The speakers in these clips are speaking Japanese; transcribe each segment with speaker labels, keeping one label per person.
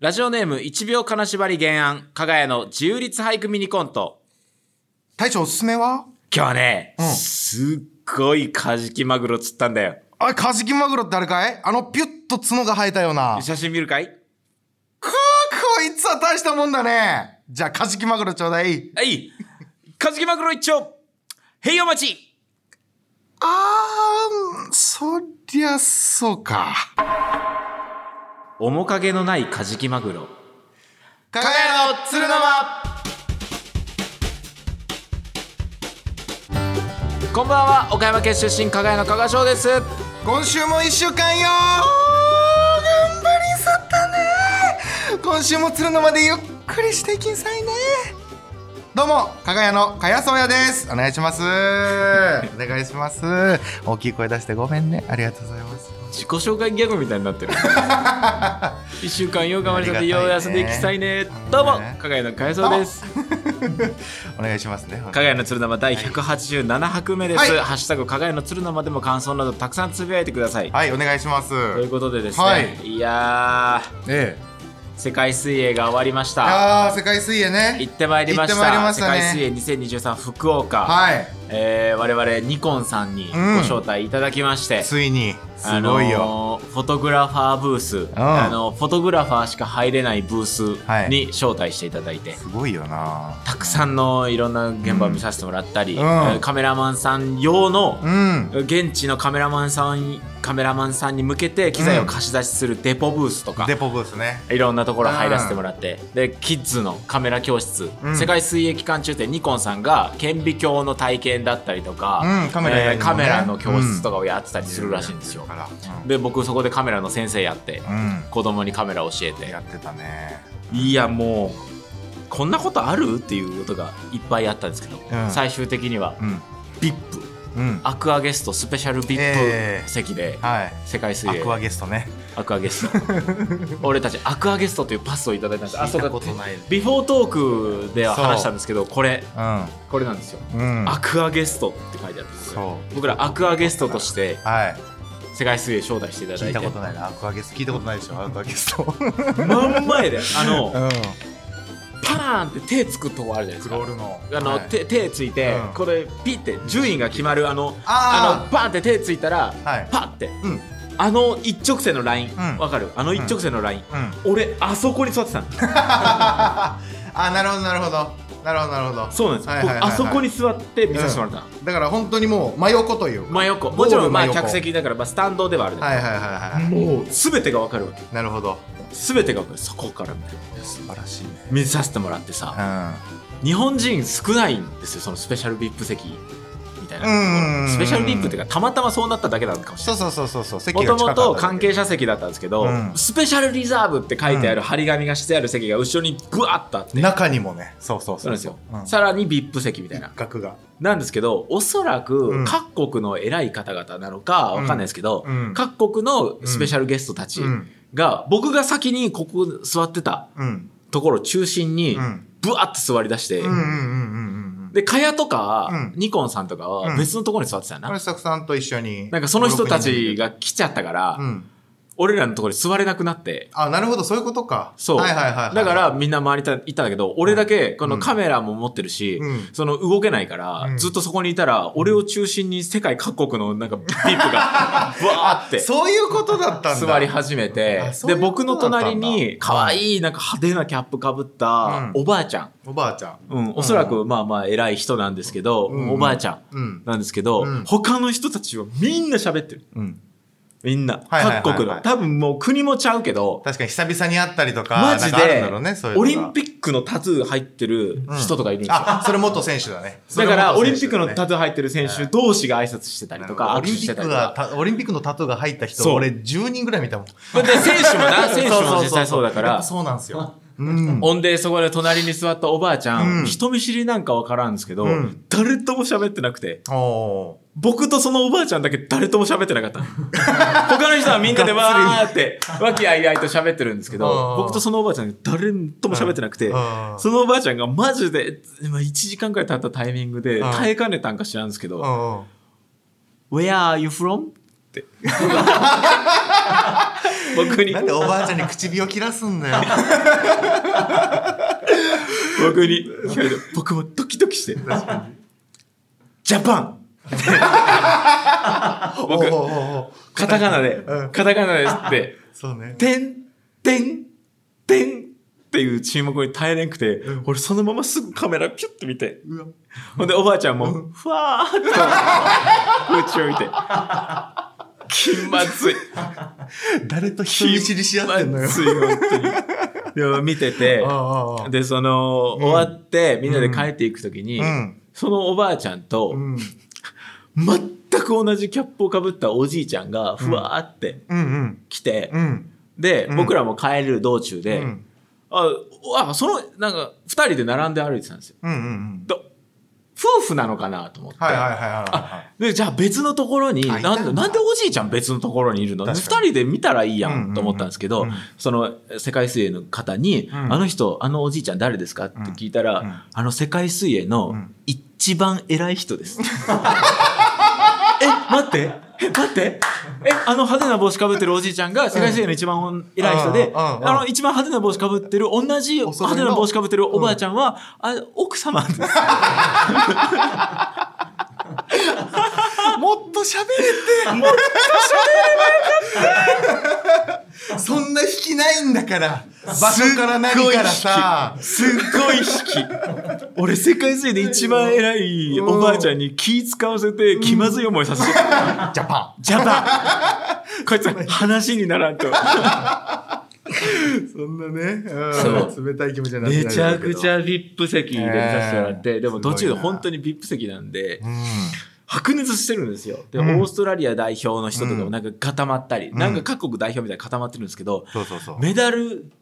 Speaker 1: ラジオネーム1秒金縛り原案、加賀屋の自由律俳句ミニコント。
Speaker 2: 大将おすすめは
Speaker 1: 今日はね、
Speaker 2: ん
Speaker 1: すっごいカジキマグロ釣ったんだよ。
Speaker 2: あれ、カジキマグロってあれかいあの、ピュッと角が生えたような。
Speaker 1: 写真見るかい
Speaker 2: くーこいつは大したもんだね。じゃあ、カジキマグロちょうだい。
Speaker 1: はい。カジキマグロ一丁平洋町
Speaker 2: あー、そりゃ、そうか。
Speaker 1: 面影のないカジキマグロ。
Speaker 2: か
Speaker 1: 加賀屋の鶴の間こんばんは、岡山県出身加賀屋の加賀翔です。
Speaker 2: 今週も一週間よ頑張りさったね今週も鶴の間でゆっくりしていきんさいねどうも、かがやのかやそうやですお願いしますお願いします大きい声出してごめんねありがとうございます
Speaker 1: 自己紹介ギャグみたいになってる一週間よう頑張りさ
Speaker 2: あ
Speaker 1: て
Speaker 2: りがたい
Speaker 1: よう
Speaker 2: ね
Speaker 1: 休んでいきたいねどうも
Speaker 2: ね
Speaker 1: 加賀屋の加谷そうです
Speaker 2: お願いしますね
Speaker 1: 加賀屋の鶴生第187拍目です、
Speaker 2: はい
Speaker 1: ハッシュタグ加賀屋の鶴生でも感想などたくさんつぶやいてください、
Speaker 2: はい、お願いします
Speaker 1: ということでですね、、
Speaker 2: はい
Speaker 1: やー
Speaker 2: ええ
Speaker 1: 世界水泳が終わりました
Speaker 2: あー、世界水泳ね
Speaker 1: 行ってまいりました
Speaker 2: 行ってまいりましたね
Speaker 1: 世界水泳2023福岡、
Speaker 2: はい
Speaker 1: えー我々ニコンさんに
Speaker 2: うん
Speaker 1: ご招待いただきまして、
Speaker 2: ついに、すごいよ、
Speaker 1: あのーフォトグラファーブース、あのフォトグラファーしか入れないブー
Speaker 2: は
Speaker 1: ス
Speaker 2: い
Speaker 1: に招待していただいて、
Speaker 2: すごいよな
Speaker 1: たくさんのいろんな現場を見させてもらったり、
Speaker 2: うん
Speaker 1: えーカメラマンさん用の
Speaker 2: うん
Speaker 1: 現地のカメラマンさんカメラマンさんに向けて機材を貸し出しするデポブースとか。
Speaker 2: デポブースね
Speaker 1: いろんなところ入らせてもらって、でキッズのカメラ教室、
Speaker 2: うん
Speaker 1: 世界水泳期間中ってニコンさんが顕微鏡の体験だったりとか、
Speaker 2: うんカメラ以外
Speaker 1: えー
Speaker 2: にもね
Speaker 1: カメラの教室とかをやってたりするらしいんですよ、
Speaker 2: から、うん
Speaker 1: で僕そこでカメラの先生やって、
Speaker 2: うん
Speaker 1: 子供にカメラ教えて
Speaker 2: やってたね
Speaker 1: いやもうこんなことあるっていうことがいっぱいあったんですけど、
Speaker 2: うん
Speaker 1: 最終的には
Speaker 2: うん、
Speaker 1: VIP
Speaker 2: うん、
Speaker 1: アクアゲストスペシャル VIP
Speaker 2: ええ
Speaker 1: 席で
Speaker 2: はい
Speaker 1: 世界水
Speaker 2: ア
Speaker 1: 泳
Speaker 2: クアゲストね
Speaker 1: アクアゲスト 俺たちアクアゲストというパスをいただいたんですあそうか
Speaker 2: ない
Speaker 1: ビフォートークでは
Speaker 2: そう
Speaker 1: 話したんですけどこれ
Speaker 2: う
Speaker 1: これなんですよ、
Speaker 2: んうん
Speaker 1: アクアゲストって書いてあるんですよ
Speaker 2: そう
Speaker 1: 僕らアクアゲストとして
Speaker 2: はい
Speaker 1: 世界水泳招待していただ
Speaker 2: 聞い
Speaker 1: い
Speaker 2: た
Speaker 1: て
Speaker 2: ことないなアクアゲスト聞いたことないでしょアクア ゲスト
Speaker 1: 真ん前であの、
Speaker 2: うん
Speaker 1: パーンって手つくとこあるじゃないです
Speaker 2: ク
Speaker 1: か
Speaker 2: ロールの
Speaker 1: あの、
Speaker 2: はい
Speaker 1: 手手ついて、
Speaker 2: うん
Speaker 1: これピって順位が決まるあのあ
Speaker 2: あ
Speaker 1: のバーンって手ついたら、
Speaker 2: あはい
Speaker 1: パッて
Speaker 2: うんうん
Speaker 1: あの一直線のライン
Speaker 2: うん
Speaker 1: わ、かるあの一直線のライン、
Speaker 2: あ
Speaker 1: 俺あそこに座ってたの
Speaker 2: なるほどなるほどなるほどなるほど
Speaker 1: そうなんです、
Speaker 2: はいはいはいはい
Speaker 1: 僕あそこに座って見させてもらったの、
Speaker 2: だから本当にもう真横というか
Speaker 1: 真横
Speaker 2: ゴール
Speaker 1: もちろんまあ
Speaker 2: 真横
Speaker 1: 客席だから、まあ、スタンドではあるじゃな
Speaker 2: はいい
Speaker 1: です
Speaker 2: はい
Speaker 1: か、
Speaker 2: はいはい
Speaker 1: もう全てがわかるわけ
Speaker 2: なるほど
Speaker 1: 全てがわかるそこからみたいな
Speaker 2: 素晴らしいね
Speaker 1: 見させてもらってさ、日本人少ないんですよそのスペシャル VIP 席みたいなところ
Speaker 2: うん
Speaker 1: スペシャル VIP っていうかたまたまそうなっただけなのかもしれない
Speaker 2: そうそうそうそうそう席
Speaker 1: もと
Speaker 2: が近か
Speaker 1: も
Speaker 2: っただ
Speaker 1: と
Speaker 2: け
Speaker 1: 関係者席だったんですけど、
Speaker 2: うん
Speaker 1: スペシャルリザーブって書いてある張り紙がしてある席が後ろにグワッとあって、
Speaker 2: 中にもねそうそう
Speaker 1: そうなんですよ、
Speaker 2: うん
Speaker 1: さらに VIP 席みたいな
Speaker 2: 額が
Speaker 1: なんですけどおそら
Speaker 2: う
Speaker 1: く
Speaker 2: ん
Speaker 1: 各国の偉い方々なのかわかんないですけど、
Speaker 2: うん
Speaker 1: 各国のスペシャルゲストたち
Speaker 2: うん
Speaker 1: が僕が先にここ座ってた
Speaker 2: うん
Speaker 1: ところを中心に
Speaker 2: うん
Speaker 1: ブワッと座り出して、
Speaker 2: うんうんうんうんうん
Speaker 1: でかやとか、
Speaker 2: うん
Speaker 1: ニコンさんとかは別のところに座ってたよな、
Speaker 2: これスタッフさんと一緒に
Speaker 1: なんかその人たちが来ちゃったから、
Speaker 2: うん
Speaker 1: 俺らのところに座れなくなって。
Speaker 2: あなるほどそういうことか
Speaker 1: そう、
Speaker 2: はいはいはいはい
Speaker 1: だからみんな周りた行ったんだけど俺だけこの
Speaker 2: うん
Speaker 1: カメラも持ってるし、
Speaker 2: うん
Speaker 1: その動けないから、
Speaker 2: うん
Speaker 1: ずっとそこにいたら俺を中心に世界各国のなんか VIP がブワーって
Speaker 2: そういうことだったんだ
Speaker 1: 座り始めて
Speaker 2: あそうい
Speaker 1: で
Speaker 2: うこと
Speaker 1: 僕の隣に
Speaker 2: だったんだ
Speaker 1: 可愛いなんか派手なキャップかぶった
Speaker 2: うん
Speaker 1: おばあちゃん、
Speaker 2: おばあちゃん
Speaker 1: うんおそらくまあまあ偉い人なんですけど、
Speaker 2: うん
Speaker 1: おばあちゃん
Speaker 2: うん
Speaker 1: なんですけど、
Speaker 2: うん
Speaker 1: 他の人たちはみんな喋ってる
Speaker 2: うん
Speaker 1: みんな
Speaker 2: はいはいはいはい
Speaker 1: 各国の多分もう国もちゃうけど
Speaker 2: 確かに久々に会ったりとか
Speaker 1: マジ
Speaker 2: なんかあるん
Speaker 1: で
Speaker 2: だろうねそういう
Speaker 1: オリン
Speaker 2: ック
Speaker 1: ピックのタトゥー入ってる人とかいるんですよ、
Speaker 2: あそれ元選手だね
Speaker 1: だから、オリンピックの
Speaker 2: タ
Speaker 1: タトゥー入ってる選手同士が挨拶してたりとか、
Speaker 2: オ
Speaker 1: 握手
Speaker 2: リンピ
Speaker 1: して
Speaker 2: ッ
Speaker 1: たり
Speaker 2: ク
Speaker 1: と
Speaker 2: が
Speaker 1: か。
Speaker 2: たオリンピックのタトゥーが入った人
Speaker 1: そう
Speaker 2: 俺10人ぐらい見たもん
Speaker 1: で、選手も な、選手も実際そうだか
Speaker 2: やっぱ
Speaker 1: ら。
Speaker 2: そうなんですようん
Speaker 1: ほんで、そこで隣に座ったおばあちゃん、
Speaker 2: うん
Speaker 1: 人見知りなんかわからんですけど、
Speaker 2: うん
Speaker 1: 誰とも喋ってなくて、
Speaker 2: お
Speaker 1: 僕とそのおばあちゃんだけ誰とも喋ってなかった。 他の人はみんなでわー って、和気あいあいと喋ってるんですけど
Speaker 2: う、ん
Speaker 1: 僕とそのおばあちゃん誰とも喋ってなくて、
Speaker 2: ー
Speaker 1: そのおばあちゃんがマジで、まあ1時間くらい経ったタイミングで、
Speaker 2: うん
Speaker 1: 耐えかねたんか知らんですけど、
Speaker 2: うんうん
Speaker 1: Where are you from? っ て。僕に
Speaker 2: な、んでおばあちゃんに唇を切らすんだよ。
Speaker 1: 僕に聞かれて、僕もドキドキして。ジャパン
Speaker 2: お
Speaker 1: 僕
Speaker 2: うおうおう
Speaker 1: カタカナで
Speaker 2: うん、
Speaker 1: カタカナですって、
Speaker 2: そうね。
Speaker 1: てん、てん、てんっていう注目に耐えれんくて、俺そのまますぐカメラピュッて見て、
Speaker 2: うわ
Speaker 1: ほんでおばあちゃんも、ふわーっと、 空中を 見て、気まずい。
Speaker 2: 誰と人見知りし合ってんのよ。
Speaker 1: 気まずい本当に。でも見てて
Speaker 2: あ、あああ
Speaker 1: で、その、終わって、みんなで帰っていくときに、
Speaker 2: うん
Speaker 1: そのおばあちゃんと、
Speaker 2: うん
Speaker 1: 全く同じキャップをかぶったおじいちゃんが、ふわーって
Speaker 2: うん
Speaker 1: 来て、
Speaker 2: うんうん
Speaker 1: で、
Speaker 2: うん
Speaker 1: 僕らも帰る道中
Speaker 2: う
Speaker 1: で、
Speaker 2: ん
Speaker 1: あ、あ、その、なんか、二人で並んで歩いてたんですよ。
Speaker 2: うんうん
Speaker 1: と夫婦なのかなと思って。
Speaker 2: はいはいはいは
Speaker 1: で、じゃあ別のところに、
Speaker 2: あいた
Speaker 1: なんん
Speaker 2: だ
Speaker 1: で、なんでおじいちゃん別のところにいるの二
Speaker 2: 確か
Speaker 1: 人で見たらいいや
Speaker 2: うんうんうん
Speaker 1: んと思ったんですけ
Speaker 2: う
Speaker 1: ど
Speaker 2: ん、
Speaker 1: その世界水泳の方に、
Speaker 2: ん
Speaker 1: あの人、あのおじいちゃん誰ですかって聞いた
Speaker 2: うんうん
Speaker 1: ら、あの世界水泳
Speaker 2: う
Speaker 1: の
Speaker 2: ん
Speaker 1: 一番偉い人 です。え、待って、え、待って、え、あの派手な帽子かぶってるおじいちゃんが世界水泳の一番偉い人
Speaker 2: うん
Speaker 1: で、
Speaker 2: うんうんうん
Speaker 1: あの一番派手な帽子かぶってる、同じ
Speaker 2: お揃
Speaker 1: 派
Speaker 2: いの
Speaker 1: 手な帽子かぶってるおばあちゃんは、あ奥様です。
Speaker 2: い。 もっと喋れって。もっと喋ればよかった。そんな引きないんだから。場所から何からさ。
Speaker 1: すっごい引き。俺、世界中で一番偉いおばあちゃんに気使わせて気まずい思いさせて、
Speaker 2: ジャパン。
Speaker 1: ジャパンこいつ話にならんと。
Speaker 2: そんなね。
Speaker 1: そ
Speaker 2: うん冷たい気持ちになって
Speaker 1: めちゃくち
Speaker 2: ゃ。
Speaker 1: ゃ VIP 席で見させてもらって、
Speaker 2: えー
Speaker 1: でも途中
Speaker 2: す
Speaker 1: で
Speaker 2: ごいな
Speaker 1: 本当に VIP 席なんで
Speaker 2: う、ん。
Speaker 1: 白熱してるんですよ。で、
Speaker 2: うん
Speaker 1: オーストラリア代表の人とかもなんか固まったり、
Speaker 2: うん
Speaker 1: なんか各国代表みたいに固まってるんですけど、
Speaker 2: そうそうそう。
Speaker 1: メダル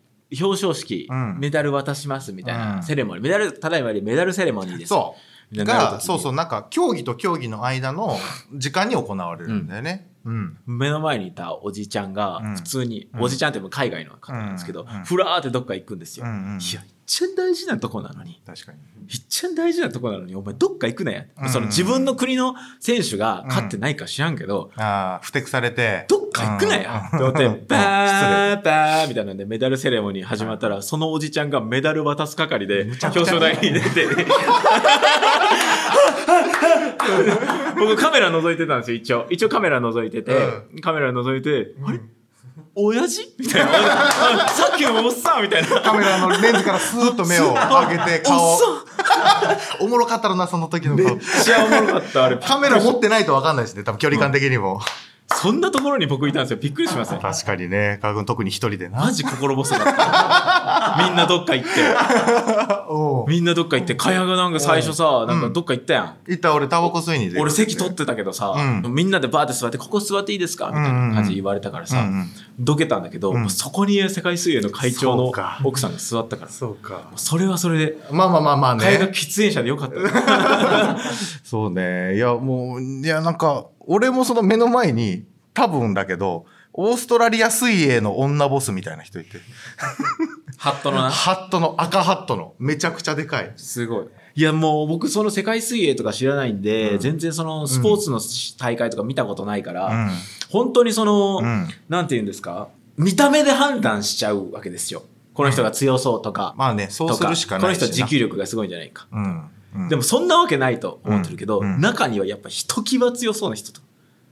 Speaker 1: 表彰式、
Speaker 2: うん
Speaker 1: メダル渡しますみたいうなんセレモニー、メダル、ただいまよりメダルセレモニーです。
Speaker 2: そう。
Speaker 1: みたいになる時
Speaker 2: が、
Speaker 1: に
Speaker 2: そうそう、なんか、競技と競技の間の時間に行われるんだよね。うん。
Speaker 1: 目の前にいたおじちゃんが
Speaker 2: うん
Speaker 1: 普通に、
Speaker 2: うん
Speaker 1: おじちゃんってもう海外の方なんですけど、
Speaker 2: うんうん
Speaker 1: ふらーってどっか行くんです
Speaker 2: う
Speaker 1: よ、
Speaker 2: んう
Speaker 1: い
Speaker 2: ん。
Speaker 1: やいっちゃん大事なとこなのに
Speaker 2: 確かに。
Speaker 1: いっちゃん大事なとこなのにお前どっか行くなや、
Speaker 2: うん
Speaker 1: その自分の国の選手が勝ってないか知らんけど、
Speaker 2: ああ、不適されて。
Speaker 1: どっか行くなやって思って、
Speaker 2: うん
Speaker 1: バーバーみたいなんでメダルセレモニー始まったら、そのおじちゃんがメダル渡す係で
Speaker 2: むち
Speaker 1: 表
Speaker 2: ゃくちゃ
Speaker 1: 彰台に出て、 僕カメラ覗いてたんですよ、一応。一応カメラ覗いてて、カメラ覗いて、あれ親父みたいな。 あさっきのおっさんみたいな。
Speaker 2: カメラのレンズからスーッと目を上げて
Speaker 1: お
Speaker 2: 顔
Speaker 1: っ。さ
Speaker 2: おもろかったろな、その時の
Speaker 1: んめ
Speaker 2: 顔
Speaker 1: っ。ちゃおもろかった、あれ。
Speaker 2: カメラ持ってないと分かんないしね、多分距離感的にも。
Speaker 1: そんなところに僕いたんですよ。びっくりしません。
Speaker 2: 確かにね、川君特に一人でな。
Speaker 1: マジ心細かった。みんなどっか行って。
Speaker 2: おう
Speaker 1: みんなどっか行って、かやがなんか最初さ、なんかどっか行ったやん。
Speaker 2: いった俺タバコ吸いに出
Speaker 1: 俺席取ってたけどさ、
Speaker 2: うん
Speaker 1: みんなでバーって座って、ここ座っていいですかみたいな感じで言われたからさ、
Speaker 2: うんうんうん
Speaker 1: どけたんだけど、
Speaker 2: うん
Speaker 1: そこに世界水泳の会長
Speaker 2: そう
Speaker 1: の
Speaker 2: か
Speaker 1: 奥さんが座ったから、
Speaker 2: そうか。
Speaker 1: それはそれで、
Speaker 2: まあまあまあまあ
Speaker 1: かやが
Speaker 2: ね。
Speaker 1: 喫煙者でよかった。
Speaker 2: そうね。いや、もう、いや、なんか、俺もその目の前に、多分だけど、オーストラリア水泳の女ボスみたいな人いて。
Speaker 1: ハットのな。
Speaker 2: ハットの、赤ハットの、めちゃくちゃでかい。
Speaker 1: すごい。いやもう僕その世界水泳とか知らないんで、全然そのスポーツの大会とか見たことないから、
Speaker 2: うん
Speaker 1: 本当にその、
Speaker 2: うん
Speaker 1: なんて言うんですか見た目で判断しちゃうわけですよ。この人が強そうとか、
Speaker 2: まあね、そう
Speaker 1: と
Speaker 2: す
Speaker 1: か
Speaker 2: るしか
Speaker 1: こ
Speaker 2: な
Speaker 1: の
Speaker 2: いしな。
Speaker 1: 人持久力がすごいんじゃないか。
Speaker 2: うん。うん。
Speaker 1: でもそんなわけないと思ってるけど、
Speaker 2: うんうん
Speaker 1: 中にはやっぱひときわ強そうな人と、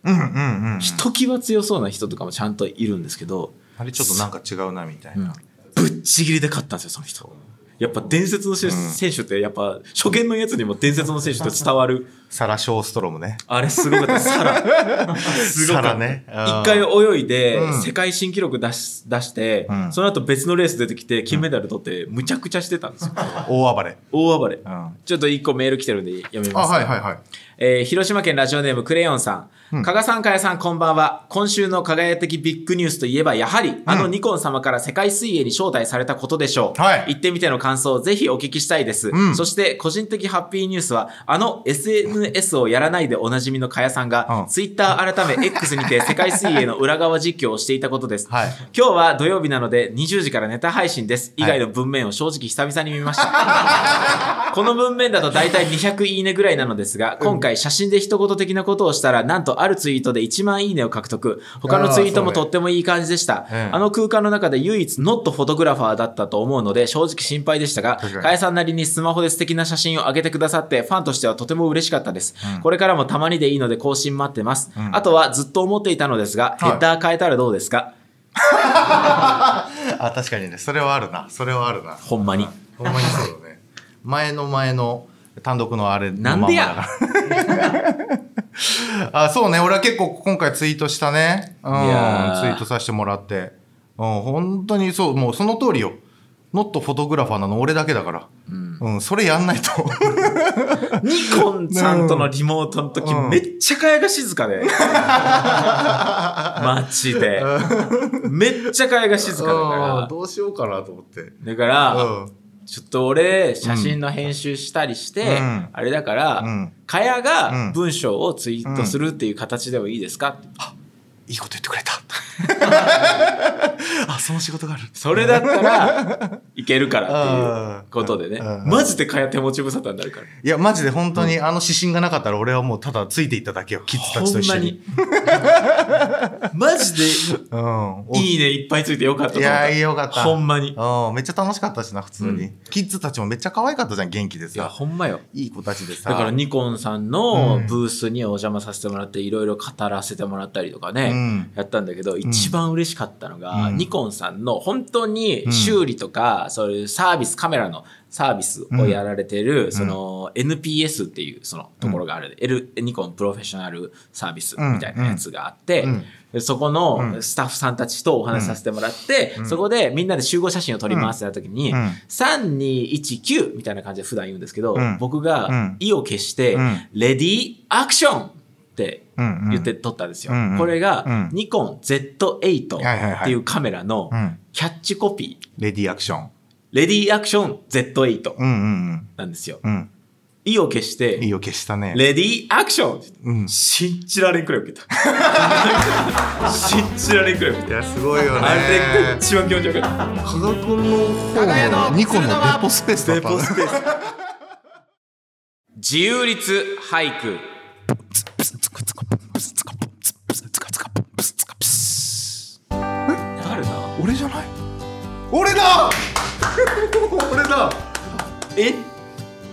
Speaker 2: うんうんうんうん。
Speaker 1: ひときわ強そうな人とかもちゃんといるんですけど、
Speaker 2: あれちょっとなんか違うな、みたい
Speaker 1: うん
Speaker 2: な。
Speaker 1: ぶっちぎりで勝ったんですよ、その人。やっぱ伝説の選手選手って、やっぱ初見のやつにも伝説の選手って伝わ る。
Speaker 2: サラ・ショーストロムね。
Speaker 1: あれすごかった、サラ。すごかっ
Speaker 2: サラ
Speaker 1: た。
Speaker 2: ねうん
Speaker 1: 一回泳いで
Speaker 2: う、ん
Speaker 1: 世界新記録出し、出して
Speaker 2: う、ん
Speaker 1: その後別のレース出てきて、金メダル取って、むちゃくちゃしてたんですよ。
Speaker 2: 大暴れ。
Speaker 1: 大暴れ
Speaker 2: う。ん。あ、
Speaker 1: ちょっと一個メール来てるんで読みます。
Speaker 2: はいはいはい。
Speaker 1: えー広島県ラジオネームクレヨンさん。加賀さん、加谷さん、こんばんは。今週の輝的ビッグニュースといえば、やはり、あのニコン様から世界水泳に招待されたことでしょう。
Speaker 2: はい
Speaker 1: 行ってみての感想をぜひお聞きしたいです。
Speaker 2: うん
Speaker 1: そして、個人的ハッピーニュースは、あの SNS をやらないでおなじみの加谷さんが、
Speaker 2: うん
Speaker 1: ツイッター改め X にて世界水泳の裏側実況をしていたことです。
Speaker 2: はい
Speaker 1: 今日は土曜日なので20時からネタ配信です。以外の文面を正直久々に見ました。この文面だと大体200いいねぐらいなのですが、今回写真で一言的なことをしたら、なんとあるツイートで1万いいねを獲得。他のツイートもとってもいい感じでした。
Speaker 2: あーそうねうん
Speaker 1: あの空間の中で唯一ノットフォトグラファーだったと思うので、正直心配でしたが、
Speaker 2: 確かに
Speaker 1: かえさんなりにスマホで素敵な写真を上げてくださって、ファンとしてはとても嬉しかったです。これからもたまにでいいので更新待ってます。
Speaker 2: ん
Speaker 1: あとはずっと思っていたのですが、ヘ
Speaker 2: はい
Speaker 1: ッダー変えたらどうですか
Speaker 2: あ確かにねそれはあるなそれはあるな
Speaker 1: ほんまに。
Speaker 2: ほんまにそうだね前の前の単独のあれの
Speaker 1: なんでや
Speaker 2: あそうね俺は結構今回ツイートしたね、うん、ツイ
Speaker 1: いやー
Speaker 2: ートさせてもらって、うん、本当にそうもうその通りよノットフォトグラファーなの俺だけだから、うんそれやんない と
Speaker 1: ニコンさんとのリモートの時、
Speaker 2: うん
Speaker 1: めっちゃかやが静か で。マジで。めっちゃかやが静かだ
Speaker 2: うん
Speaker 1: か
Speaker 2: どうしようかなと思って、うん、
Speaker 1: ら。だから、ちょっと俺、写真の編集したりして
Speaker 2: うん、
Speaker 1: あれだから
Speaker 2: うん、
Speaker 1: かや
Speaker 2: う
Speaker 1: が
Speaker 2: ん
Speaker 1: 文章をツイートするっていう形でもいいですか
Speaker 2: いいこと言ってくれた あその仕事がある
Speaker 1: それだった らいけるからっていうことでね
Speaker 2: うん。うん
Speaker 1: マジでかや手持ち無沙汰になるから。
Speaker 2: いやマジで本当にあの指針がなかったら俺はもうただついていっただけよキッズた
Speaker 1: ほ
Speaker 2: ちと
Speaker 1: ん
Speaker 2: 一緒
Speaker 1: ま
Speaker 2: に
Speaker 1: に。マジで
Speaker 2: うん、
Speaker 1: いいねいっぱいついてよかったと
Speaker 2: い
Speaker 1: 思っ
Speaker 2: や
Speaker 1: た
Speaker 2: ー、よかった。
Speaker 1: ほんまに。
Speaker 2: うん、めっちゃ楽しかったしな、普通に。キッズたちもめっちゃ可愛かったじゃん、元気で
Speaker 1: いや、
Speaker 2: さ。
Speaker 1: ほんまよ。
Speaker 2: いい子たちでさ。
Speaker 1: だからニコンさん
Speaker 2: う
Speaker 1: の
Speaker 2: ん
Speaker 1: ブースにお邪魔させてもらっていろいろ語らせてもらったりとかね、
Speaker 2: うん
Speaker 1: やったんだけど一番嬉しかったのが、
Speaker 2: うん
Speaker 1: ニコンさんの本当に修理とか、そういうサービスカメラのサービスをやられてる、その NPS っていうそのところがある、L ニコンプロフェッショナルサービスみたいなやつがあって、
Speaker 2: うん
Speaker 1: でそこのスタッフさんたちとお話しさせてもらって、そこでみんなで集合写真を撮りますってなった時に、
Speaker 2: うん
Speaker 1: 3219みたいな感じで普段言うんですけど、
Speaker 2: うん
Speaker 1: 僕が、
Speaker 2: うん
Speaker 1: 意を決して、
Speaker 2: うん
Speaker 1: レディーアクションって
Speaker 2: うんうん
Speaker 1: 言って撮ったんですよ。
Speaker 2: うんうん
Speaker 1: これが、
Speaker 2: うん
Speaker 1: ニコン Z8
Speaker 2: はいはいはい
Speaker 1: っていうカメラの
Speaker 2: うん
Speaker 1: キャッチコピー、
Speaker 2: レディーアクション。
Speaker 1: レディーアクション Z8
Speaker 2: うんうん
Speaker 1: なんですよ。
Speaker 2: うん。うん。
Speaker 1: 意を決して、
Speaker 2: いいよ、消したね。
Speaker 1: レディーアクションって
Speaker 2: うん。い
Speaker 1: 信じられんくらい受けた。信じられんくらい受けた。
Speaker 2: や、すごいよね。
Speaker 1: あれが一番気持ちよかった。
Speaker 2: 加賀君の方のニコンのデポスペースだったね
Speaker 1: ペース。自由律俳句。誰だ
Speaker 2: 俺じゃない俺だ 俺だ
Speaker 1: え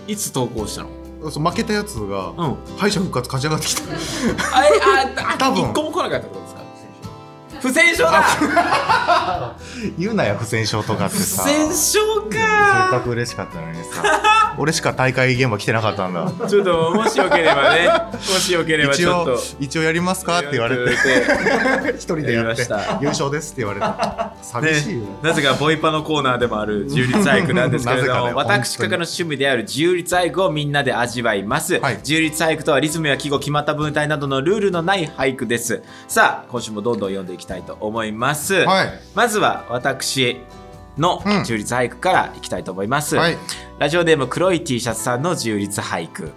Speaker 1: いつ投稿したの
Speaker 2: そう負けたやつが、
Speaker 1: うん。
Speaker 2: 敗者復活勝ち上がってきた。
Speaker 1: あ、え、あ、
Speaker 2: 多
Speaker 1: あ、
Speaker 2: 分
Speaker 1: 一個も来なかったってことですか不戦勝だ
Speaker 2: 言うなよ、不戦勝とかって
Speaker 1: 不
Speaker 2: さ。
Speaker 1: 戦勝
Speaker 2: せっ
Speaker 1: か
Speaker 2: かく嬉しかったの にさ俺しか大会現場来てなかったんだ
Speaker 1: ちょっと、もしよければね。もしよければち
Speaker 2: 一
Speaker 1: ょっ
Speaker 2: 応
Speaker 1: と。
Speaker 2: 一応やりますかって言われて
Speaker 1: て。
Speaker 2: 一人でやって
Speaker 1: やりました
Speaker 2: 優勝ですって言われた寂しいよ、
Speaker 1: ね、なぜかボイパのコーナーでもある自由律俳句なんですけ れど
Speaker 2: な
Speaker 1: も、
Speaker 2: ぜかね
Speaker 1: 私か
Speaker 2: 本
Speaker 1: ら
Speaker 2: 当
Speaker 1: の
Speaker 2: に
Speaker 1: 趣味である自由律俳句をみんなで味わいます、
Speaker 2: はい
Speaker 1: 自由律俳句とはリズムや記号決まった文体などのルールのない俳句ですさあ今週もどんどん読んでいきたいと思います、
Speaker 2: はい
Speaker 1: まずは私の
Speaker 2: うん
Speaker 1: 自由律俳句からいきたいと思います、
Speaker 2: はい
Speaker 1: ラジオネーム黒い T シャツさんの自由律俳句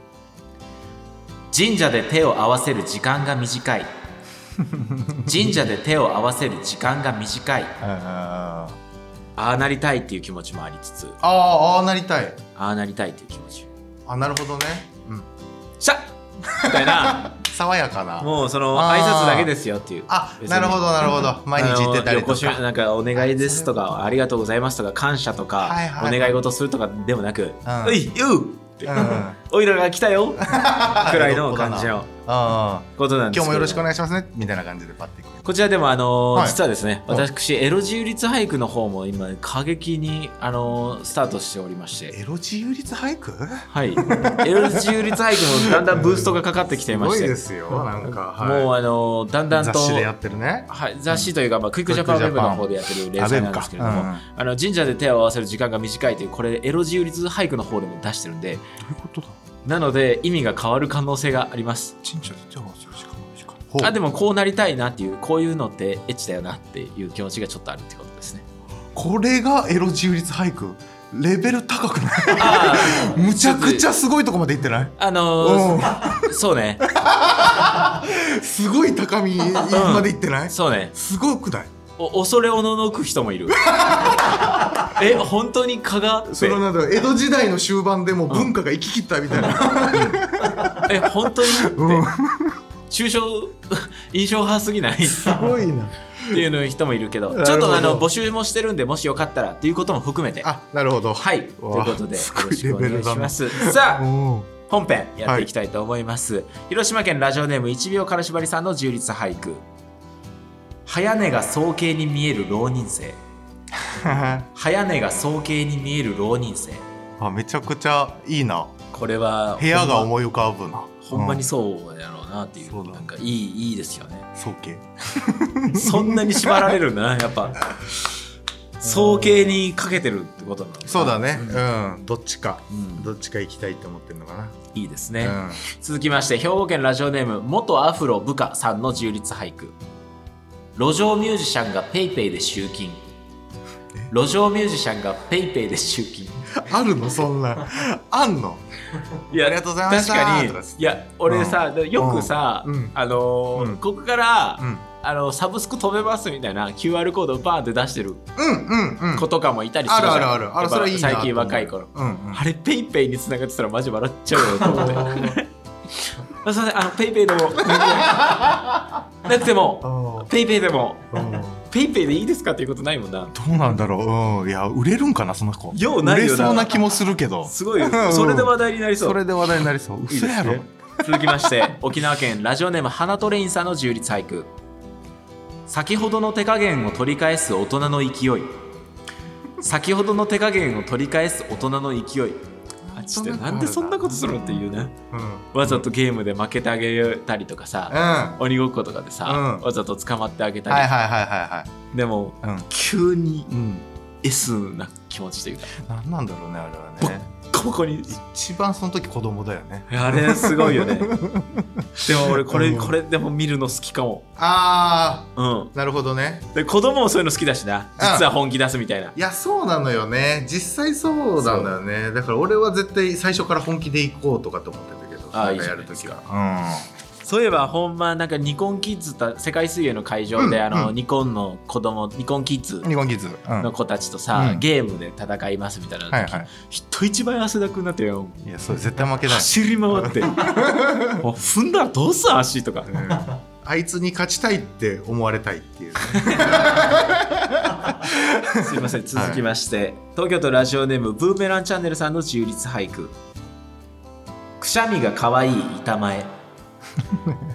Speaker 1: 神社で手を合わせる時間が短 い神社で手を合わせる時間が短い
Speaker 2: あー
Speaker 1: ああなりたいっていう気持ちもありつつあ
Speaker 2: あーあーなりたい
Speaker 1: あなりたいっていう気持ち
Speaker 2: あなるほどね、うん、
Speaker 1: シャッみたい な
Speaker 2: 爽やかな
Speaker 1: もうその
Speaker 2: あ
Speaker 1: 挨
Speaker 2: ー
Speaker 1: 拶だけですよっていう
Speaker 2: あ
Speaker 1: 別に
Speaker 2: なるほどなるほど毎日行ってたりと
Speaker 1: あの横し
Speaker 2: か
Speaker 1: なんかお願いですとかありがとうございますとか感謝とか、
Speaker 2: はいはい
Speaker 1: お願い事するとかでもなく「
Speaker 2: ん
Speaker 1: おいよう!」って、
Speaker 2: うん
Speaker 1: おいらが来た よ」くらいの
Speaker 2: 横だな
Speaker 1: 感じの
Speaker 2: あ
Speaker 1: ことなん
Speaker 2: ー
Speaker 1: ですけど
Speaker 2: 今日もよろしくお願いしますねみたいな感じでパッていく
Speaker 1: こちらでもあのー
Speaker 2: はい
Speaker 1: 実はですね
Speaker 2: うん
Speaker 1: 私エロ自由律俳句の方も今過激にあのースタートしておりまして
Speaker 2: エロ自由律俳句
Speaker 1: はい。エロ自由律俳句もだんだんブーストがかかってきてい
Speaker 2: す
Speaker 1: ま
Speaker 2: ご
Speaker 1: し
Speaker 2: い
Speaker 1: て。
Speaker 2: ですよなんか、はい、
Speaker 1: もうあのだんだん
Speaker 2: 雑
Speaker 1: と
Speaker 2: 誌でやってるね
Speaker 1: はい、雑誌というか、まあ、クイックジャパンウェブの方でやってる連載なんですけれども、
Speaker 2: あウェブか
Speaker 1: あの神社で手を合わせる時間が短いというこれエロ自由律俳句の方でも出してるんで
Speaker 2: どういうことだ
Speaker 1: なので意味が変わる可能性があります
Speaker 2: 神社で手を合わせる時間が短い
Speaker 1: あで
Speaker 2: も
Speaker 1: もこうなりたいなっていうこういうのってエッチだよなっていう気持ちがちょっとあるってこと ですね
Speaker 2: これがエロ自由律俳句レベル高く ない
Speaker 1: あ
Speaker 2: むちゃくちゃすごいとこまでいってない
Speaker 1: ああのー、そうね
Speaker 2: うんすごい高みまでいってない
Speaker 1: そうね
Speaker 2: すごくない
Speaker 1: お恐れおののく人 もいるえ本当に蚊がって
Speaker 2: そのなんだろう江戸時代の終盤でもう文化が行き切ったみたいな、
Speaker 1: え本当にって
Speaker 2: うん
Speaker 1: 抽象 印象派すぎない
Speaker 2: すごいな。
Speaker 1: っていうの人もいるけど
Speaker 2: なるほど
Speaker 1: ちょっとあの募集もしてるんでもしよかったらっていうことも含めては
Speaker 2: あ、なるほど。
Speaker 1: いということでよ
Speaker 2: すご
Speaker 1: ろ
Speaker 2: い
Speaker 1: しく
Speaker 2: レ
Speaker 1: お
Speaker 2: ベ
Speaker 1: 願
Speaker 2: ル
Speaker 1: い
Speaker 2: だ
Speaker 1: し
Speaker 2: な
Speaker 1: ま。すさあ
Speaker 2: お
Speaker 1: 本編やっていきたいと思います、広島県ラジオネーム1秒からしばりさんの充実俳句早寝が早計に見える浪人生
Speaker 2: ー
Speaker 1: 早寝が早計に見える浪人生
Speaker 2: あ、めちゃくちゃいいな。
Speaker 1: これは
Speaker 2: 部屋が
Speaker 1: ほんま
Speaker 2: 思い浮かぶな。
Speaker 1: ほんまに
Speaker 2: う
Speaker 1: そうやろうなっていう,、
Speaker 2: そうだ
Speaker 1: なんかいいいいですよね
Speaker 2: ん。そうけ。
Speaker 1: そんなに縛られるんだなや っぱ早計にかけてるってことなのかな
Speaker 2: そうだね。うん。どっちか。
Speaker 1: うん
Speaker 2: どっちか行きたいと思ってるのか
Speaker 1: いいですね、
Speaker 2: な。うん。
Speaker 1: 続きまして兵庫県ラジオネーム元アフロ部下さんの充実俳句路上ミュージシャンがペイペイで集金路上ミュージシャンがペイペイで集金
Speaker 2: あるのそんな。 あんの。
Speaker 1: いや
Speaker 2: ありがとうございました
Speaker 1: 確かに
Speaker 2: とかです
Speaker 1: いや俺さ、よくさ、
Speaker 2: うん
Speaker 1: あのー
Speaker 2: うん
Speaker 1: ここから、
Speaker 2: うん。
Speaker 1: あのサブスク飛べますみたいな QR コードをバーンって出してる
Speaker 2: うんうんうん。
Speaker 1: 子とかもいたりす
Speaker 2: あ
Speaker 1: る
Speaker 2: る
Speaker 1: じゃん
Speaker 2: あるある。あ
Speaker 1: や
Speaker 2: る
Speaker 1: っぱ
Speaker 2: それいいなと思う。
Speaker 1: 最近若い頃
Speaker 2: うんうん。
Speaker 1: あれペイペイにつながってたらマジ笑っちゃうよと思ってあすいませんあのペイペイで もなくても
Speaker 2: あ
Speaker 1: ペイペイでも
Speaker 2: ーうん
Speaker 1: ペイペイでいいですかっていうことないもんな
Speaker 2: どうなんだろう、うん、いや売れるんかなその子
Speaker 1: ようないよな
Speaker 2: 売れそうな気もするけど
Speaker 1: すごい
Speaker 2: ん
Speaker 1: それで話題になりそう
Speaker 2: それで話題になりそう
Speaker 1: いいです
Speaker 2: 嘘
Speaker 1: ね
Speaker 2: やろ
Speaker 1: 続きまして沖縄県ラジオネーム花トレインさんの充実俳句先ほどの手加減を取り返す大人の勢い先ほどの手加減を取り返す大人の勢いあちょっとなんでそんなことするのっていうね
Speaker 2: うん
Speaker 1: わざとゲームで負けてあげたりとかさ、
Speaker 2: は
Speaker 1: 鬼ごっことかでさ、
Speaker 2: うん
Speaker 1: わざと捕まってあげ
Speaker 2: い
Speaker 1: たり、
Speaker 2: はいはいは
Speaker 1: でも
Speaker 2: いはいうん
Speaker 1: 急に S な気持ちというか
Speaker 2: 何なんだろうねあれはね
Speaker 1: ここに
Speaker 2: 一番その時子供だよね
Speaker 1: あれすごいよね でも俺これ、
Speaker 2: うん
Speaker 1: これでも見るの好きかも
Speaker 2: あ
Speaker 1: うん
Speaker 2: ーなるほどね
Speaker 1: で子供もそういうの好きだしな実は本気出すみたいない
Speaker 2: やそうなのよね実際そうなんだよねだから俺は絶対最初から本気で行こうとかと思ってたけど
Speaker 1: あー
Speaker 2: なんかやる時は
Speaker 1: そういえばほんまなんかニコンキッズた世界水泳の会場で、
Speaker 2: うん
Speaker 1: あの
Speaker 2: う
Speaker 1: ニコンの子供ニコンキッズ
Speaker 2: うん日本技術うん
Speaker 1: の子たちとさ、
Speaker 2: うん
Speaker 1: ゲームで戦いますみたいな時、
Speaker 2: はいはい
Speaker 1: 人一倍汗だくになってよ
Speaker 2: いやそれ絶対負けない
Speaker 1: 走り回 ってもう踏んだらどうすん足とか
Speaker 2: うんあいつに勝ちたいって思われたいって いうね
Speaker 1: すいません続きまして、東京都ラジオネームブーメランチャンネルさんの自由律俳句くしゃみが可愛い板 前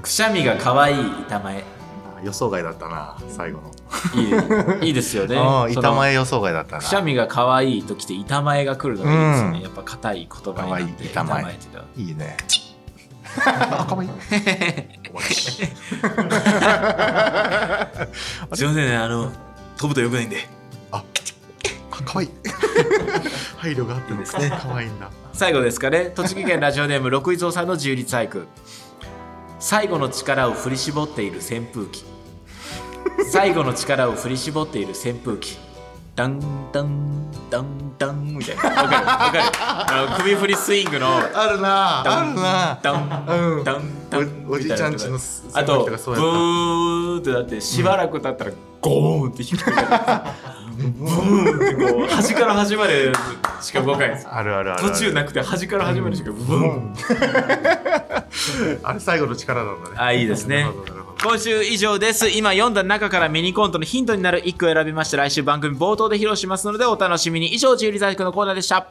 Speaker 1: くしゃみが可愛い板前
Speaker 2: あ予想外だったな最後の
Speaker 1: いいいいですよね
Speaker 2: ああ
Speaker 1: その
Speaker 2: 板前予想外だったな
Speaker 1: くしゃみが可愛いときて板前が来るのがいいですよね、
Speaker 2: うん
Speaker 1: やっぱ硬い言葉になって
Speaker 2: 可愛い板前
Speaker 1: って言っ
Speaker 2: いいね あかわいい
Speaker 1: たらすいませんねあの飛ぶとよくないんで
Speaker 2: あかわいい 配慮があってのですねかわいいんだ
Speaker 1: 最後ですかね栃木県ラジオネーム 六井蔵さんの自由律俳句最後の力を振り絞っている扇風機最後の力を振り絞っている扇風機ダンダンダンダンみたいなわかるわかるあの首振りスイングの
Speaker 2: あるな
Speaker 1: ダ
Speaker 2: あ
Speaker 1: ン
Speaker 2: るな
Speaker 1: ダン
Speaker 2: うん
Speaker 1: ダンダン
Speaker 2: おおじいちゃん家の
Speaker 1: みたいなとこ
Speaker 2: 扇風機とか
Speaker 1: あと
Speaker 2: そう
Speaker 1: ブ
Speaker 2: やった
Speaker 1: ーってだってしばらく経ったらゴーンって引っ掛 けブーンってこう端から端までしか動かないんです
Speaker 2: あるあるあるある
Speaker 1: 途中なくて端から端までしかブーン
Speaker 2: うん あれ最後の力なんだね
Speaker 1: あいいですね
Speaker 2: なるほどなるほど
Speaker 1: 今週以上です今読んだ中からミニコントのヒントになる1句を選びまして来週番組冒頭で披露しますのでお楽しみに以上ジュリザイクのコーナーでした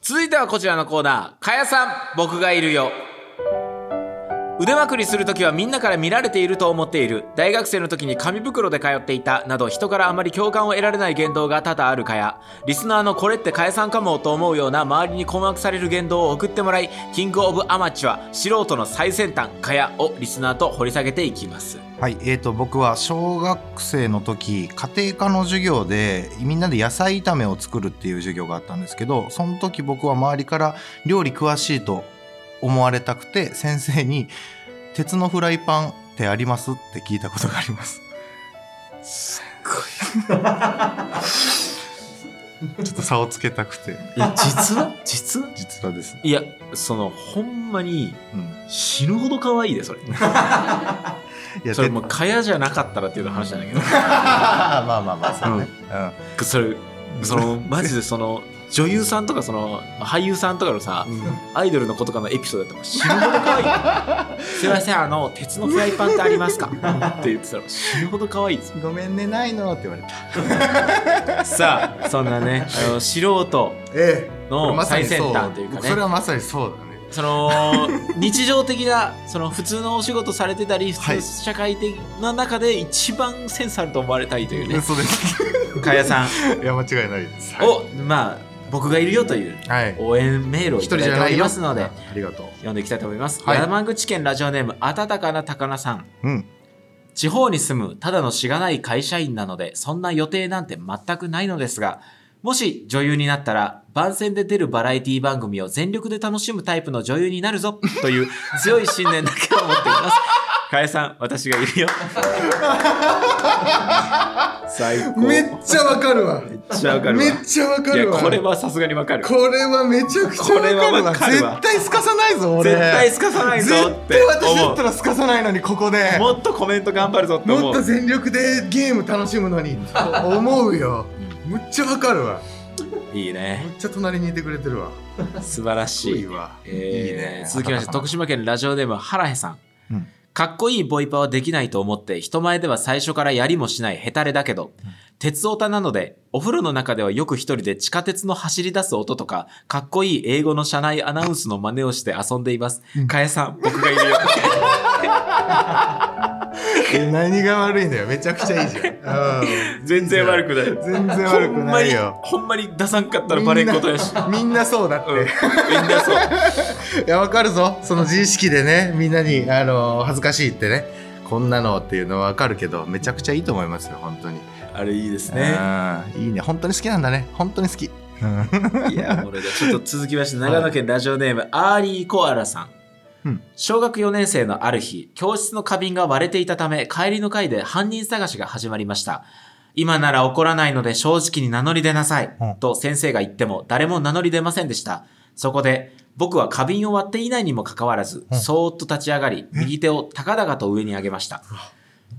Speaker 1: 続いてはこちらのコーナーかやさん僕がいるよ腕まくりするときはみんなから見られていると思っている大学生の時に紙袋で通っていたなど人からあまり共感を得られない言動が多々あるかやリスナーのこれって解散かもと思うような周りに困惑される言動を送ってもらいキングオブアマチュア素人の最先端かやをリスナーと掘り下げていきます
Speaker 3: はい、えー、と僕は小学生の時家庭科の授業でみんなで野菜炒めを作るっていう授業があったんですけどその時僕は周りから料理詳しいと思われたくて先生に「鉄のフライパンってあります?」って聞いたことがあります。
Speaker 2: ちょっと差をつけたくて
Speaker 1: いや実は実は
Speaker 3: 実はですね、
Speaker 1: いやそのほんまに
Speaker 3: うん、
Speaker 1: 死ぬほど可愛いでそれ
Speaker 3: いや
Speaker 1: それ
Speaker 3: て
Speaker 1: もう蚊帳じゃなかったらっていう話なんだけど
Speaker 3: まあまあまあそうね、
Speaker 1: それそのマジでその女優さんとかその俳優さんとかのさ、アイドルの子とかのエピソードだったら死ぬほど可 愛いすいませんあの鉄のフライパンってありますか?」って言ってたら死ぬほど可愛いですよ
Speaker 4: ごめんねないのって言われた
Speaker 1: さあそんなねあの素人
Speaker 2: え
Speaker 1: の
Speaker 2: これまさに
Speaker 1: 最
Speaker 2: そう
Speaker 1: 先端というかね
Speaker 2: それはまさにそうだね
Speaker 1: その日常的なその普通のお仕事されてたり普
Speaker 4: はい
Speaker 1: 通社会的な中で一番センスあると思われたいというね
Speaker 2: そうです
Speaker 1: 加谷さん
Speaker 2: いや間違いないですはい
Speaker 1: をまあ僕がいるよという
Speaker 2: はい
Speaker 1: 応援メールを
Speaker 2: 一
Speaker 1: いた
Speaker 2: 人
Speaker 1: だい
Speaker 2: じ
Speaker 1: て
Speaker 2: ゃ
Speaker 1: お
Speaker 2: ない
Speaker 1: り
Speaker 2: よ
Speaker 1: ますので
Speaker 2: ありがとう
Speaker 1: 読んでいきたいと思います、
Speaker 2: はい
Speaker 1: 山口県ラジオネーム温かな高菜さん
Speaker 4: うん
Speaker 1: 地方に住むただのしがない会社員なのでそんな予定なんて全くないのですがもし女優になったら番宣で出るバラエティ番組を全力で楽しむタイプの女優になるぞと いう強い信念だけを持っています加谷さん私がいるよ最高
Speaker 2: めっちゃわかるわ
Speaker 1: めっちゃわかるわ
Speaker 2: めっちゃわか
Speaker 1: いや
Speaker 2: るわ
Speaker 1: これはさすがにわかる
Speaker 2: これはめちゃくちゃわか
Speaker 1: これ
Speaker 2: る
Speaker 1: は
Speaker 2: わ
Speaker 1: わかるわ
Speaker 2: 絶対すかさないぞ俺
Speaker 1: 絶対すかさないぞって
Speaker 2: 絶対私だ
Speaker 1: 思
Speaker 2: ったらすかさないのにここで
Speaker 1: うもっとコメント頑張るぞって思
Speaker 2: もっと
Speaker 1: う
Speaker 2: 全力でゲーム楽しむのに思うよむっちゃわかるわ
Speaker 1: いいね
Speaker 2: むっちゃ隣にいてくれてるわ
Speaker 1: 素晴らし
Speaker 2: いい
Speaker 1: い
Speaker 2: わ
Speaker 1: えー
Speaker 4: いいね
Speaker 1: 続きまして徳島県ラジオネーム原へさん、
Speaker 4: うん
Speaker 1: かっこいいボイパはできないと思って人前では最初からやりもしないヘタレだけど、鉄オタなのでお風呂の中ではよく一人で地下鉄の走り出す音とかかっこいい英語の車内アナウンスの真似をして遊んでいます、かえさん僕がいるよ
Speaker 2: え何が悪いんだよめちゃくちゃいいじゃん うん
Speaker 1: 全然悪くない
Speaker 2: 全然悪くないよ
Speaker 1: ほんまにほんまに出さんかったらバレんことやし
Speaker 2: みんなみんなそうだって、
Speaker 1: うん、みんなそう
Speaker 2: いやわかるぞその自意識でねみんなに、あの恥ずかしいってねこんなのっていうのはわかるけどめちゃくちゃいいと思いますよ本当に
Speaker 1: あれいいですね
Speaker 4: ねいいね本当に好きなんだね本当に好き
Speaker 1: いや、これでちょっと続きまして、長野県ラジオネーム、アーリーコアラさん。
Speaker 4: うん
Speaker 1: 小学4年生のある日、教室の花瓶が割れていたため、帰りの会で犯人探しが始まりました。今なら怒らないので正直に名乗り出なさい、
Speaker 4: うん
Speaker 1: と先生が言っても誰も名乗り出ませんでした。そこで、僕は花瓶を割っていないにもかかわらず、
Speaker 4: うん
Speaker 1: そーっと立ち上がり、右手を高々と上に上げました。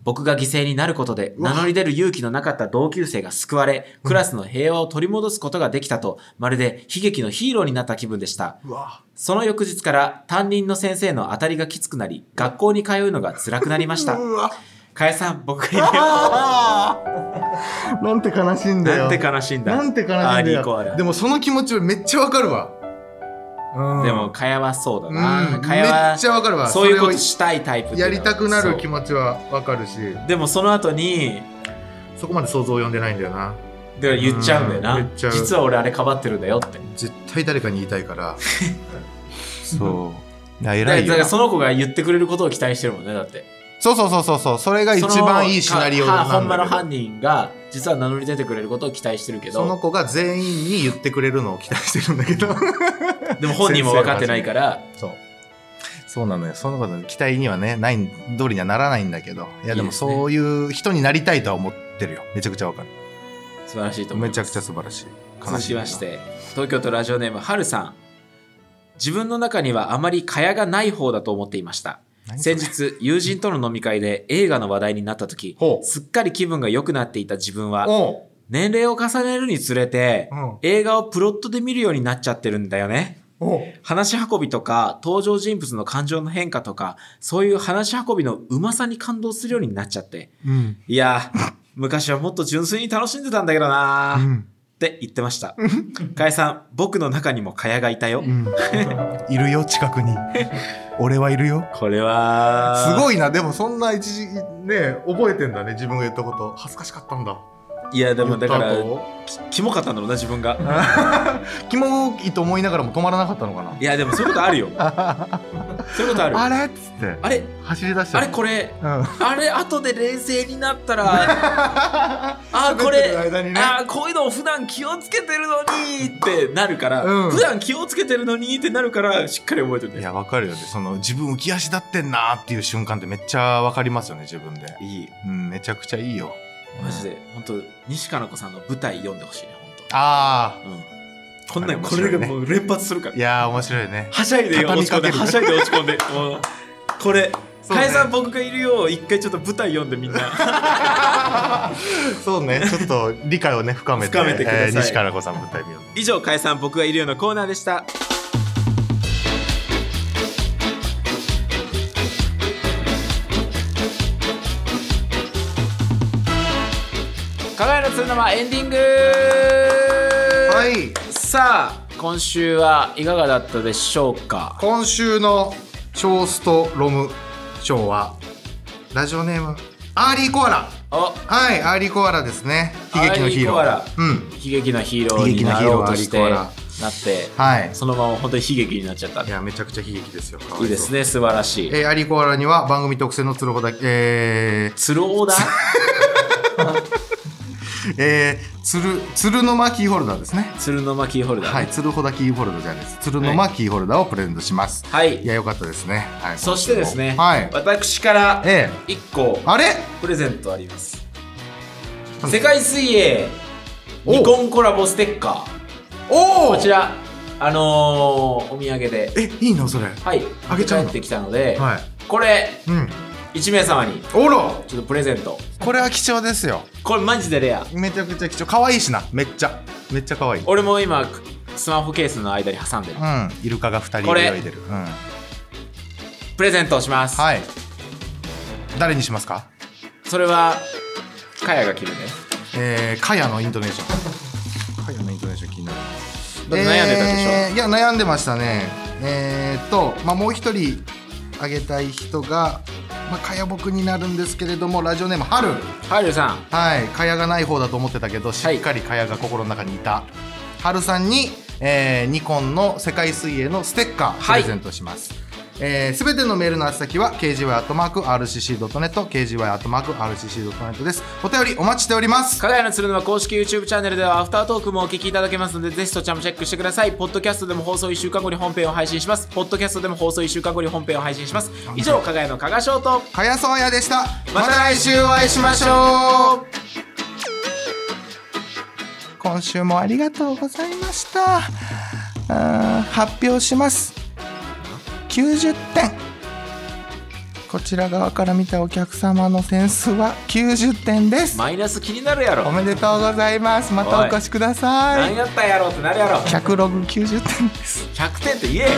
Speaker 1: 僕が犠牲になることで名乗り出る勇気のなかった同級生が救われクラスの平和を取り戻すことができたとまるで悲劇のヒーローになった気分でした
Speaker 4: うわ
Speaker 1: その翌日から担任の先生の当たりがきつくなり学校に通うのが辛くなりましたかえさん僕がいるよ
Speaker 2: なんて悲しいんだよ
Speaker 1: なんて悲しいんだ
Speaker 2: なんて悲しいん
Speaker 1: アー
Speaker 2: だ
Speaker 1: リーコア
Speaker 2: よ
Speaker 1: ラ
Speaker 2: で
Speaker 1: でも
Speaker 2: もその気持ちめっちゃわかるわ、うん、
Speaker 1: かやはそうだ
Speaker 2: うん
Speaker 1: なか
Speaker 2: め
Speaker 1: や
Speaker 2: っ
Speaker 1: は
Speaker 2: ちゃわかるわ
Speaker 1: そういうこと
Speaker 2: れを
Speaker 1: したいタイプっていうの
Speaker 2: や
Speaker 1: は
Speaker 2: りたくなる気
Speaker 1: そう
Speaker 2: 持ちはわかるし
Speaker 1: でもその後に
Speaker 2: そこまで想像を呼んでないんだよな
Speaker 1: だから言っちゃうんだよ
Speaker 2: う
Speaker 1: なん
Speaker 2: 言っちゃう
Speaker 1: 実は俺あれかばってるんだよって
Speaker 2: 絶対誰かに言いた いから
Speaker 4: そういや
Speaker 1: だか
Speaker 4: 偉
Speaker 1: ら
Speaker 4: い
Speaker 1: だ
Speaker 4: よ
Speaker 1: から
Speaker 4: そ
Speaker 1: その子が言ってくれることを期待してるもんねだって
Speaker 4: うそうそうそうそうそれが一番いいシナリオ
Speaker 1: は
Speaker 4: な
Speaker 1: 本
Speaker 4: ん
Speaker 1: 場の
Speaker 4: だ
Speaker 1: 犯人が実は名乗り出てくれることを期待してるけ
Speaker 2: その
Speaker 1: ど
Speaker 2: 子が全員に言ってくれるのを期待してるんだけど
Speaker 1: でも本人も分かってないから
Speaker 4: そうそうなのよそのこと期待にはねない通りにはならないんだけどいやで
Speaker 1: いい
Speaker 4: も
Speaker 1: ですね
Speaker 4: そういう人になりたいとは思ってるよめちゃくちゃわかる
Speaker 1: 素晴らしいと思
Speaker 4: め
Speaker 1: いま
Speaker 4: ち
Speaker 1: す
Speaker 4: ゃくちゃ素晴らしい
Speaker 1: 続きまし
Speaker 4: い
Speaker 1: て東京都ラジオネームはるさん自分の中にはあまり蚊帳がない方だと思っていました
Speaker 4: 何そ
Speaker 1: 先
Speaker 4: れ
Speaker 1: 日友人との飲み会で映画の話題になった時
Speaker 2: ほう
Speaker 1: すっかり気分が良くなっていた自分は
Speaker 2: おう
Speaker 1: 年齢を重ねるにつれて
Speaker 2: うん
Speaker 1: 映画をプロットで見るようになっちゃってるんだよね
Speaker 2: おう
Speaker 1: 話し運びとか登場人物の感情の変化とかそういう話し運びのうまさに感動するようになっちゃって
Speaker 4: うん
Speaker 1: いやー昔はもっと純粋に楽しんでたんだけどなー、
Speaker 4: うん
Speaker 1: って言ってましたかえさん僕の中にもかやがいたよ、
Speaker 4: う んいるよ近くに俺はいるよ
Speaker 1: これは
Speaker 2: す
Speaker 1: い
Speaker 2: ごいなでもそんな一時ね覚えてんだね自分が言ったこと恥ずかしかったんだ
Speaker 1: いやでもだから
Speaker 2: 言った後
Speaker 1: きキモかったんだろうな自分が
Speaker 2: キモいと思いながらも止まらなかったのかない
Speaker 1: やでもそういうことあるよそういうことある
Speaker 2: あ
Speaker 1: あれ
Speaker 2: れっつって
Speaker 1: あれ
Speaker 2: 走り出した
Speaker 1: あれこれ
Speaker 2: うん
Speaker 1: あれ後で冷静になったらあーこ
Speaker 2: 喋って
Speaker 1: れ
Speaker 2: る間にね
Speaker 1: あーこういうのを普段気をつけてるのにってなるから、
Speaker 2: うん
Speaker 1: 普段気をつけてるのにってなるからしっかり覚えてる
Speaker 4: い
Speaker 1: ね
Speaker 4: やわかるよねその自分浮き足立ってんなーっていう瞬間ってめっちゃわかりますよね自分で
Speaker 1: いい
Speaker 4: うんめちゃくちゃいいよ
Speaker 1: マジで本当西加奈子さんの舞台読んでほしいね本
Speaker 4: あ
Speaker 1: 当、うん、こんなん、
Speaker 4: あれ面
Speaker 1: こ
Speaker 4: 白いね
Speaker 1: れがもう連発するから
Speaker 4: あいやー面白いね
Speaker 1: はしゃいで
Speaker 4: 畳
Speaker 1: 落
Speaker 4: み
Speaker 1: ち込
Speaker 4: か
Speaker 1: んで
Speaker 4: ける
Speaker 1: はしゃいで落ち込んでもうこれかやさん僕がいるよ一回ちょっと舞台読んでみんな
Speaker 5: そう ねちょっと理解をね深めて
Speaker 1: 深めてくださ
Speaker 5: え
Speaker 1: い
Speaker 5: ー西加奈子さんの舞台見よう
Speaker 1: 以上かやさん僕がいるよのコーナーでしたかがやのつるの間エンディング
Speaker 2: はい
Speaker 1: さあ今週はいかがだったでしょうか
Speaker 2: 今週のチョーストロム賞はラジオネームアーリーコアラ
Speaker 1: お
Speaker 2: はいアーリーコアラですね悲劇のヒーロー
Speaker 1: アーリーコアラ
Speaker 2: うん
Speaker 1: 悲劇のヒーローになろうとして
Speaker 2: 悲劇のヒーローアリコー
Speaker 1: な
Speaker 2: ラ
Speaker 1: って
Speaker 2: はい
Speaker 1: そのまま本当に悲劇になっちゃった
Speaker 2: いやめちゃくちゃ悲劇ですよ
Speaker 1: いいですね素晴らしい
Speaker 2: えー、アリーコアラには番組特製の鶴穂だけ、え
Speaker 1: 鶴オーダー
Speaker 2: ー、えー、鶴、鶴の間キーホルダーですね。
Speaker 1: 鶴の巻キーホルダー
Speaker 2: は
Speaker 1: ね
Speaker 2: い、鶴穂だキーホルダーじゃないです。鶴の間キーホルダーをプレゼントします。
Speaker 1: はい、
Speaker 2: い、や、よかったですね。はい。
Speaker 1: そしてですね、
Speaker 2: はい。
Speaker 1: 私から
Speaker 2: え
Speaker 1: 1個
Speaker 2: あれ
Speaker 1: プレゼントあります
Speaker 2: なんだ
Speaker 1: 世界水泳
Speaker 2: お
Speaker 1: ニコンコラボステッカー
Speaker 2: おお
Speaker 1: こちらあのーお土産で
Speaker 2: え、いいのそれ。
Speaker 1: はい
Speaker 2: あげちゃうの
Speaker 1: 持って帰ってきたので、
Speaker 2: はい。
Speaker 1: これ
Speaker 2: うん。
Speaker 1: 1名様に
Speaker 2: おろ
Speaker 1: ちょっとプレゼント
Speaker 5: これは貴重ですよ
Speaker 1: これマジでレア
Speaker 5: めちゃくちゃ貴重可愛いしなめっちゃめっちゃ可愛い
Speaker 1: 俺も今スマホケースの間に挟んでる
Speaker 5: うんイルカが2
Speaker 1: こ
Speaker 5: 人
Speaker 1: れ
Speaker 5: 泳いでる、うん、は
Speaker 1: プレゼントをします、
Speaker 5: い誰にしますか
Speaker 1: それはかやが着るね
Speaker 5: えー、カヤのイントネーションカヤのイントネーション気になる
Speaker 1: だって悩んでたでしょ、
Speaker 2: えーいや、悩んでましたね。えー、っと、まあ、もう一人あげたい人が、まあ、かやぼくになるんですけれども、ラジオネーム、はる。
Speaker 1: ハイルさん
Speaker 2: はい、かやがない方だと思ってたけど、しっかりかやが心の中にいた。はるさんに、えーニコンの世界水泳のステッカープ
Speaker 1: はい
Speaker 2: レゼントします。えすべてのメールの宛先は kgy.rcc.net kgy.rcc.net ですお便りお待ちしております
Speaker 1: かがやの鶴沼公式 YouTube チャンネルではアフタートークもお聞きいただけますのでぜひそちらもチェックしてくださいポッドキャストでも放送1週間後に本編を配信しますポッドキャストでも放送1週間後に本編を配信します以上かがやの加賀翔と
Speaker 2: かやそうやでした
Speaker 1: また来週
Speaker 2: お会いしましょう
Speaker 5: 今週もありがとうございましたあー発表します90点こちら側から見たお客様の点数は90点です
Speaker 1: マイナス気になるや
Speaker 5: お
Speaker 1: ろ
Speaker 5: めでとうございますまたお越しくださ
Speaker 1: 何
Speaker 5: い
Speaker 1: やったんやろってなるやろ
Speaker 5: 100ログ90点です
Speaker 1: 100点って言えよ